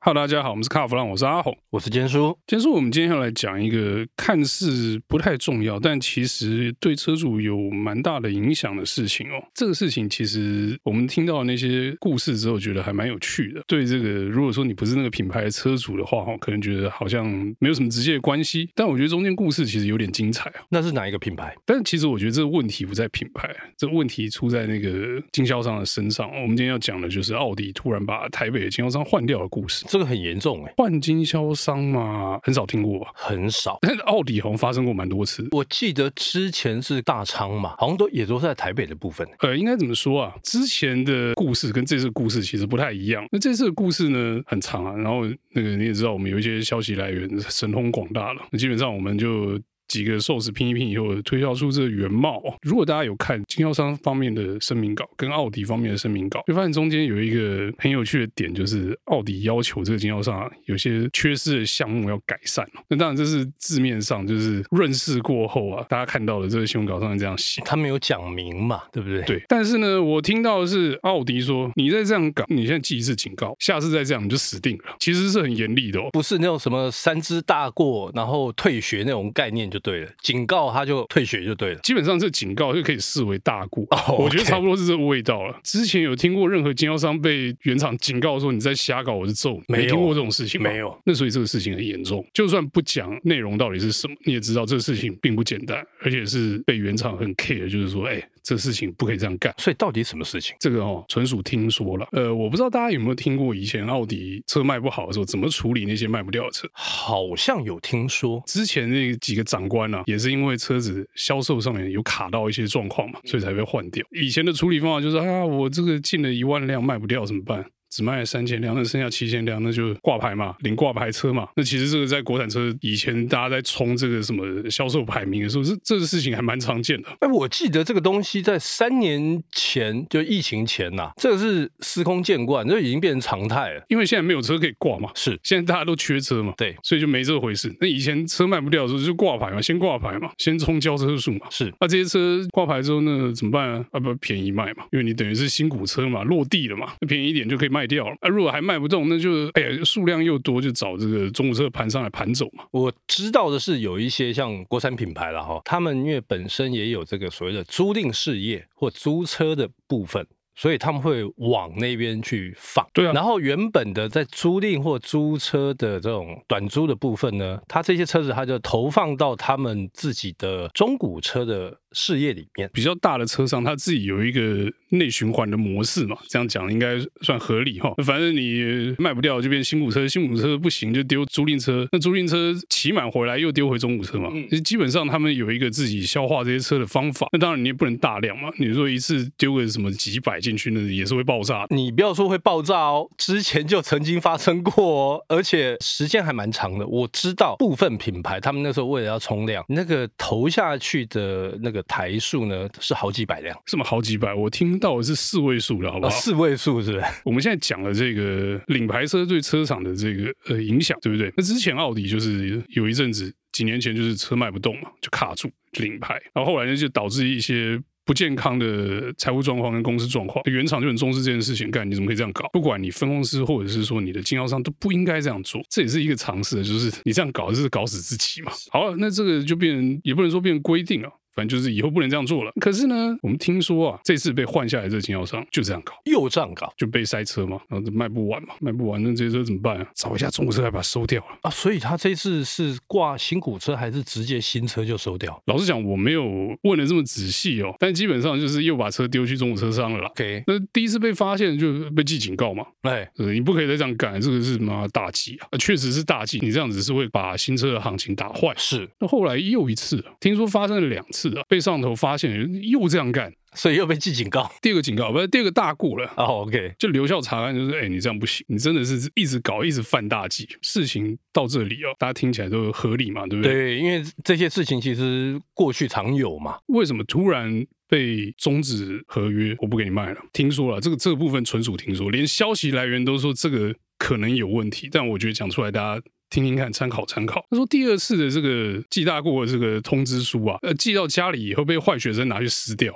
哈喽，大家好，我们是卡弗朗，我是阿红。我是坚叔，先说我们今天要来讲一个看似不太重要，但其实对车主有蛮大的影响的事情哦。这个事情其实我们听到那些故事之后，觉得还蛮有趣的。对这个，如果说你不是那个品牌的车主的话，哦，可能觉得好像没有什么直接的关系。但我觉得中间故事其实有点精彩啊。那是哪一个品牌？但其实我觉得这个问题不在品牌，这问题出在那个经销商的身上。我们今天要讲的就是奥迪突然把台北的经销商换掉的故事。这个很严重哎、换经销商嘛，很少听过吧？很少。但是奥迪好像发生过蛮多次。我记得之前是大昌嘛，好像都也都是在台北的部分、欸呃，应该怎么说啊？之前的故事跟这次的故事其实不太一样。那这次的故事呢，很长啊。然后那个你也知道，我们有一些消息来源神通广大了。那基本上我们就。几个寿司拼一拼以后，推销出这个原貌哦。如果大家有看经销商方面的声明稿跟奥迪方面的声明稿，就发现中间有一个很有趣的点，就是奥迪要求这个经销商啊有些缺失的项目要改善哦。那当然这是字面上，就是润饰过后啊，大家看到的这个新闻稿上是这样写。他没有讲明嘛，对不对？，对，但是呢，我听到的是奥迪说，你再这样搞，你现在记一次警告，下次再这样你就死定了。其实是很严厉的哦。不是那种什么三只大过，然后退学那种概念就对了，警告他就退学就对了。基本上这警告就可以视为大过哦我觉得 OK 差不多是这个味道了。之前有听过任何经销商被原厂警告说你在瞎搞，我就揍你，没有听过这种事情吗没有。那所以这个事情很严重，就算不讲内容到底是什么，你也知道这事情并不简单，而且是被原厂很 care，就是说，哎，这事情不可以这样干。所以到底什么事情？这个哦，纯属听说了。呃，我不知道大家有没有听过以前奥迪车卖不好的时候，怎么处理那些卖不掉的车。好像有听说，之前那几个长官啊，也是因为车子销售上面有卡到一些状况嘛，所以才被换掉。以前的处理方法就是啊，我这个进了一万辆卖不掉怎么办？只卖了三千辆，那剩下七千辆，那就挂牌嘛，领挂牌车嘛。那其实这个在国产车以前大家在冲这个什么销售排名的时候，这这个事情还蛮常见的。哎，我记得这个东西在三年前，就疫情前呐、这个是司空见惯，这已经变成常态了。因为现在没有车可以挂嘛，是现在大家都缺车嘛，对，所以就没这回事。那以前车卖不掉的时候就挂牌嘛，先挂牌嘛，先冲交车数嘛。是那、这些车挂牌之后呢，怎么办啊？啊不，便宜卖嘛，因为你等于是新股车嘛，落地了嘛，那便宜一点就可以卖掉了。啊，如果还卖不动，那就哎呀，数量又多，就找这个中古车盘商来盘走嘛。我知道的是，有一些像国产品牌了哈，他们因为本身也有这个所谓的租赁事业或租车的部分。所以他们会往那边去放，对啊然后原本的在租赁或租车的这种短租的部分呢，它这些车子它就投放到他们自己的中古车的事业里面。比较大的车商，他自己有一个内循环的模式嘛，这样讲应该算合理哈。反正你卖不掉就变新股车，新股车不行就丢租赁车，那租赁车骑满回来又丢回中古车嘛。嗯其实基本上他们有一个自己消化这些车的方法。那当然你也不能大量嘛，你说一次丢个什么几百进去，那也是会爆炸的。你不要说会爆炸哦，之前就曾经发生过哦，而且时间还蛮长的。我知道部分品牌他们那时候为了要冲量，那个投下去的那个台数呢是好几百辆，什么好几百，我听到的是四位数的，好不呃，好？四位数是不是？我们现在讲了这个呃领牌车对车厂的这个呃影响，对不对？那之前奥迪就是有一阵子，几年前就是车卖不动嘛，就卡住领牌，然后后来呢就导致一些。不健康的财务状况跟公司状况，原厂就很重视这件事情。干，你怎么可以这样搞？不管你分公司或者是说你的经销商都不应该这样做，这也是一个常识，就是你这样搞就是搞死自己嘛。好了，那这个就变成也不能说变成规定啊，反正就是以后不能这样做了。可是呢，我们听说啊，这次被换下来的这个经销商就这样搞。又这样搞就被塞车嘛，然后就卖不完嘛，卖不完那这些车怎么办啊？找一下中古车来把它收掉了。啊！所以他这次是挂新股车，还是直接新车就收掉老实讲，我没有问的这么仔细哦，但基本上就是又把车丢去中古车商了啦。 ？OK，那第一次被发现就被记警告嘛，哎，呃，你不可以再这样干，这个是妈大忌啊！呃确实是大忌，你这样子是会把新车的行情打坏。是，那后来又一次啊，听说发生了两次啊，被上头发现又这样干，所以又被记警告。第二个警告，不是第二个大过了，哦，OK，就留校查案，就是哎、你这样不行，你真的是一直搞，一直犯大忌。事情到这里哦，大家听起来都合理嘛，对不对？对，因为这些事情其实过去常有嘛。为什么突然被终止合约，我不给你卖了？听说了，这个这个部分纯属听说，连消息来源都说这个可能有问题，但我觉得讲出来大家。听听看，参考参考。他说第二次的这个记大过的这个通知书啊，呃，寄到家里以后被坏学生拿去撕掉，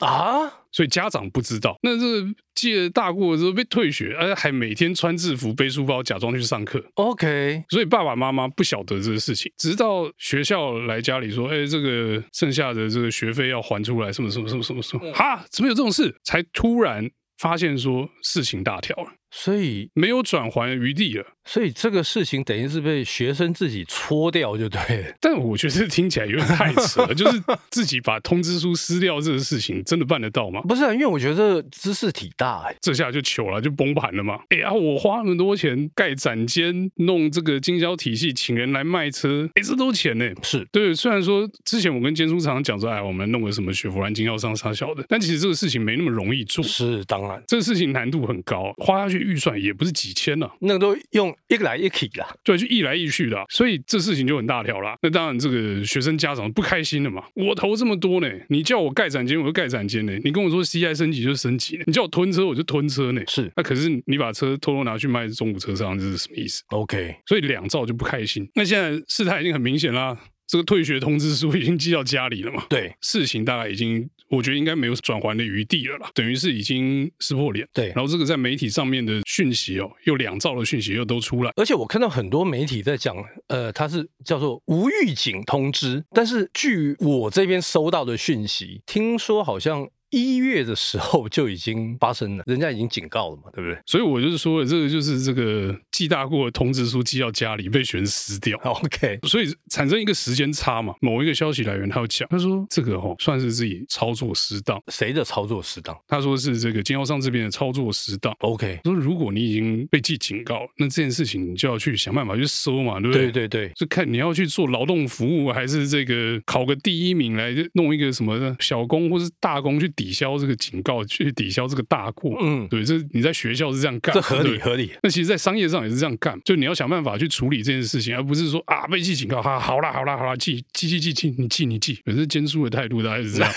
啊，所以家长不知道。那这借大过之后被退学，而且还每天穿制服背书包假装去上课， OK，所以爸爸妈妈不晓得这个事情，直到学校来家里说：“哎、这个剩下的这个学费要还出来，什么什么什么什么什么，哈，怎么有这种事？”才突然发现说事情大条了，所以没有转圜的余地了。所以这个事情等于是被学生自己搓掉就对了。 但我觉得听起来有点太扯了，就是自己把通知书撕掉这个事情，真的办得到吗？不是、啊，因为我觉得知识体大、欸，这下就糗了，就崩盘了嘛。哎呀、啊，我花那么多钱盖展间，弄这个经销体系，请人来卖车，哎，这都钱呢、是对，虽然说之前我跟监书常常讲说，哎，我们弄个什么雪佛兰经销商啥小的，但其实这个事情没那么容易做，是，当然，这个事情难度很高，花下去预算也不是几千呢、啊，那个都用一来一去啦。对，就一来一去的啊、所以这事情就很大条啦。那当然，这个学生家长不开心了嘛，我投这么多呢，你叫我盖展间，我就盖展间呢，你跟我说 CI 升级就升级呢，你叫我吞车，我就吞车呢。是那、可是你把车偷偷拿去卖中古车商，这是什么意思？ OK，所以两兆就不开心。那现在事态已经很明显啦，这个退学通知书已经寄到家里了嘛，对事情大概已经，我觉得应该没有转圜的余地了啦，等于是已经撕破脸。对。然后这个在媒体上面的讯息哦，又两兆的讯息又都出来，而且我看到很多媒体在讲，呃，它是叫做无预警通知，但是据我这边收到的讯息，听说好像一月的时候 就已经发生了，人家已经警告了嘛，对不对所以我就是说了，这个就是这个记大过的通知书寄到家里被学生撕掉。 ？OK， 所以产生一个时间差嘛，某一个消息来源他有讲，他说这个哦算是自己操作失当，谁的操作适当他说是这个经销商这边的操作失当， ？OK，说如果你已经被记警告，那这件事情你就要去想办法去收嘛，对不对？对对对，就看你要去做劳动服务，还是这个考个第一名来弄一个什么小工或是大工去抵消这个警告，去抵消这个大过。嗯，对，这你在学校是这样干，这合对理合理。那其实，在商业上也是这样干，就你要想办法去处理这件事情，而不是说啊被记警告，哈、好啦好啦好啦，记记记记记，你记你记。可是监书的态度大概是这样，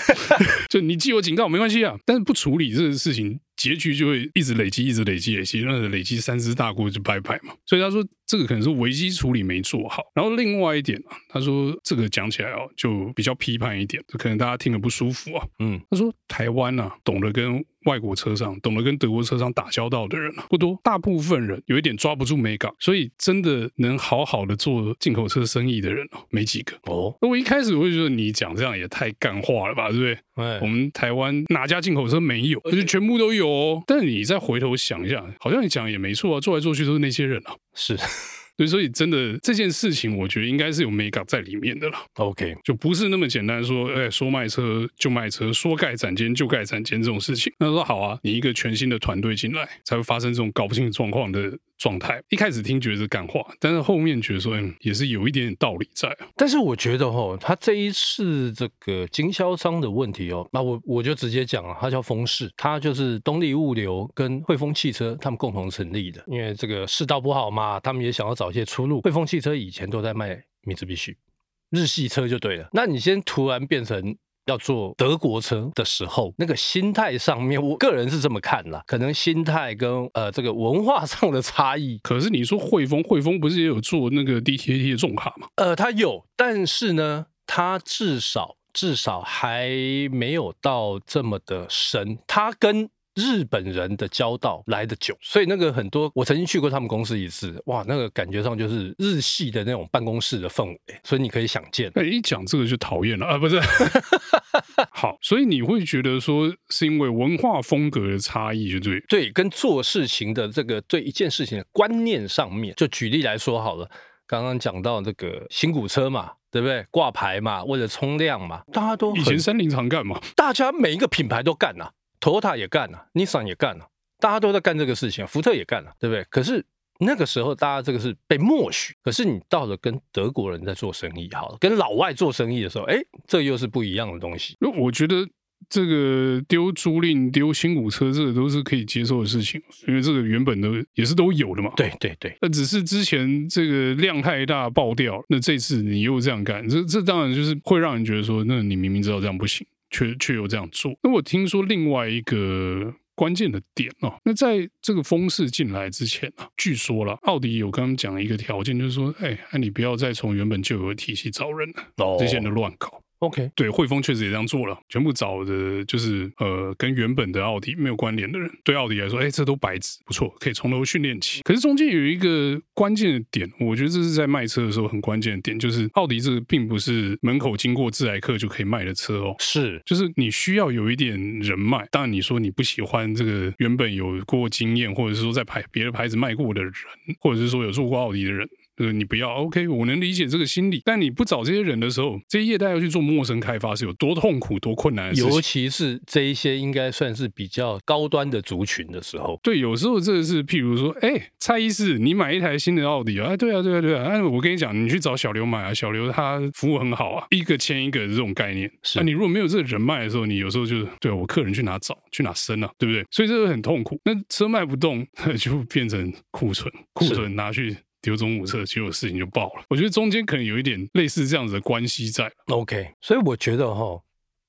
就你记我警告没关系啊，但是不处理这个事情，结局就会一直累积，一直累积，累积，那累积三只大锅就拜拜嘛。所以他说这个可能是危机处理没做好。然后另外一点啊，他说这个讲起来哦，就比较批判一点，就可能大家听了不舒服啊。嗯，他说台湾啊，懂得跟外国车商、懂得跟德国车商打交道的人啊不多，大部分人有一点抓不住美感，所以真的能好好的做进口车生意的人哦，没几个。哦，那我一开始我就觉得你讲这样也太干话了吧，对不对？哎我，们台湾哪家进口车没有？而且全部都有哦。但你再回头想一下，好像你讲也没错啊，做来做去都是那些人啊。是对，所以真的这件事情，我觉得应该是有美感在里面的啦。 OK，就不是那么简单说，哎，说卖车就卖车，说盖展间就盖展间这种事情。那说好啊，你一个全新的团队进来，才会发生这种搞不清楚状况的状态。一开始听觉得是干话，但是后面觉得说，嗯，也是有一点点道理在啊。但是我觉得哈，他这一次这个经销商的问题哦，那我我就直接讲了，他叫丰氏，他就是东立物流跟汇丰汽车他们共同成立的，因为这个世道不好嘛，他们也想要找一些出路。汇丰汽车以前都在卖米兹必须日系车就对了，那你先突然变成。要做德国车的时候，那个心态上面，我个人是这么看啦，可能心态跟呃这个文化上的差异可是你说汇丰，汇丰不是也有做那个 DTAT 的重卡吗？呃，它有，但是呢，它至少至少还没有到这么的深。它跟日本人的交道来的久，所以那个很多我曾经去过他们公司一次，哇，那个感觉上就是日系的那种办公室的氛围，所以你可以想见。那哎一讲这个就讨厌了啊，不是？ 好，所以你会觉得说是因为文化风格的差异，就对。对，跟做事情的这个对一件事情的观念上面，就举例来说好了，刚刚讲到这个新股车嘛，对不对？挂牌嘛，为了冲量嘛，大家都以很前三菱常干嘛？大家每一个品牌都干呐、t o y o t a 也干呐、n i s s a n 也干呐、啊大家都在干这个事情，啊福特也干了、对不对？可是那个时候大家这个是被默许，可是你到了跟德国人在做生意，好了，跟老外做生意的时候，哎，这又是不一样的东西。那我觉得这个丢租赁、丢新股车，这个都是可以接受的事情，哦因为这个原本的也是都有的嘛。对对对，那只是之前这个量太大爆掉，那这次你又这样干，这这当然就是会让人觉得说，那你明明知道这样不行，却却又这样做。那我听说另外一个关键的点哦，那在这个风势进来之前啊，据说啦，奥迪有跟他们啊讲了一个条件，就是说，哎，那、你不要再从原本就有的体系招人了，哦这些人都乱搞。 OK，对，汇丰确实也这样做了，全部找的就是呃跟原本的奥迪没有关联的人。对奥迪来说，哎，这都白纸，不错，可以从头训练起。可是中间有一个关键的点，我觉得这是在卖车的时候很关键的点，就是奥迪这个并不是门口经过自来客就可以卖的车哦。是就是你需要有一点人脉，当然你说你不喜欢这个原本有过经验，或者是说在牌别的牌子卖过的人，或者是说有做过奥迪的人，就是你不要 OK，我能理解这个心理。但你不找这些人的时候，这些业代要去做陌生开发是有多痛苦、多困难的事情。尤其是这一些应该算是比较高端的族群的时候，对，有时候这是，譬如说，哎、蔡医师，你买一台新的奥迪啊？哎，对啊，对啊，对啊。哎，我跟你讲，你去找小刘买啊，小刘他服务很好啊，一个签一个的这种概念。是那你如果没有这个人脉的时候，你有时候就是对啊我客人去哪找，去哪生啊，对不对？所以这个很痛苦。那车卖不动，就变成库存，库是存拿去。丢中午车，结果事情就爆了。我觉得中间可能有一点类似这样子的关系在。 OK，所以我觉得哈，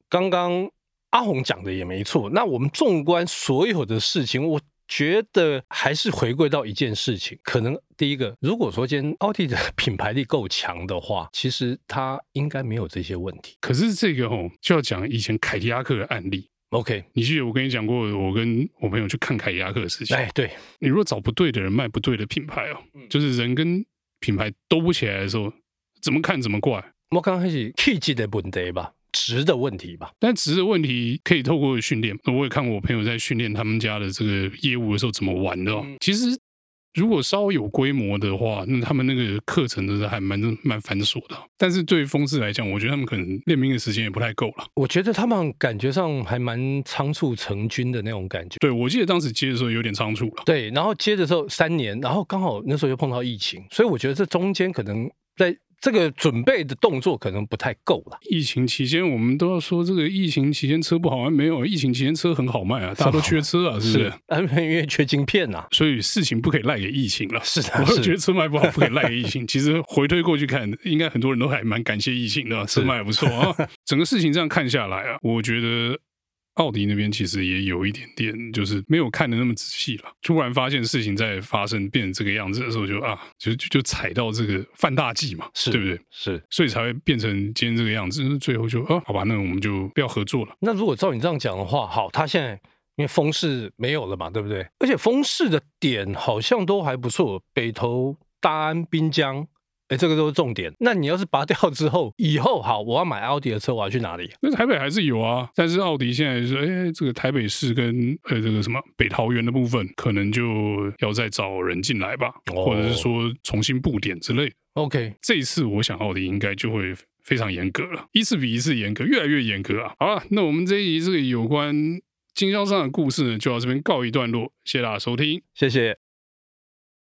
刚刚阿红讲的也没错。那我们纵观所有的事情，我觉得还是回归到一件事情，可能第一个，如果说今天奥迪的品牌力够强的话， 其实它应该没有这些问题。可是这个哦，就要讲以前凯迪拉克的案例。 OK，你记得我跟你讲过，我跟我朋友去看凯迪拉克的事情。哎，对，你如果找不对的人卖不对的品牌哦，嗯就是人跟品牌兜不起来的时候，怎么看怎么怪。我刚开始 key 的问题吧，值的问题吧，但值的问题可以透过训练，我也看我朋友在训练他们家的这个业务的时候怎么玩的、哦。嗯其实如果稍微有规模的话，那他们那个课程都是还蛮蛮繁琐的哦。但是对于风势来讲，我觉得他们可能练兵的时间也不太够了。我觉得他们感觉上还蛮仓促成军的那种感觉。对我记得当时接的时候有点仓促了。对，然后接着之后三年，然后刚好那时候又碰到疫情，所以我觉得这中间可能在这个准备的动作可能不太够了。疫情期间，我们都要说这个疫情期间车不好卖，没有疫情期间车很好卖啊，大家都缺车啊，是不是？啊，因为缺晶片呐、所以事情不可以赖给疫情了。啊是的， 我觉得是车卖不好不可以赖给疫情。其实回推过去看，应该很多人都还蛮感谢疫情的啊，车卖得不错啊。 整个事情这样看下来啊，我觉得奥迪那边其实也有一点点，就是没有看的那么仔细了。突然发现事情在发生变成这个样子的时候就，啊，就就就踩到这个犯大忌嘛，是对不对？是。所以才会变成今天这个样子。最后就啊，好吧，那我们就不要合作了。那如果照你这样讲的话，好，他现在因为风势没有了嘛，对不对？而且风势的点好像都还不错，北投、大安、滨江。哎，这个都是重点。那你要是拔掉之后，以后好，我要买奥迪的车，我要去哪里？那台北还是有啊，但是奥迪现在是哎，这个台北市跟呃这个什么北桃园的部分，可能就要再找人进来吧，哦或者是说重新布点之类。 OK，这一次我想奥迪应该就会非常严格了，一次比一次严格，越来越严格啊。好了，那我们这一集这个有关经销商的故事呢，就到这边告一段落，谢谢大家收听。谢谢。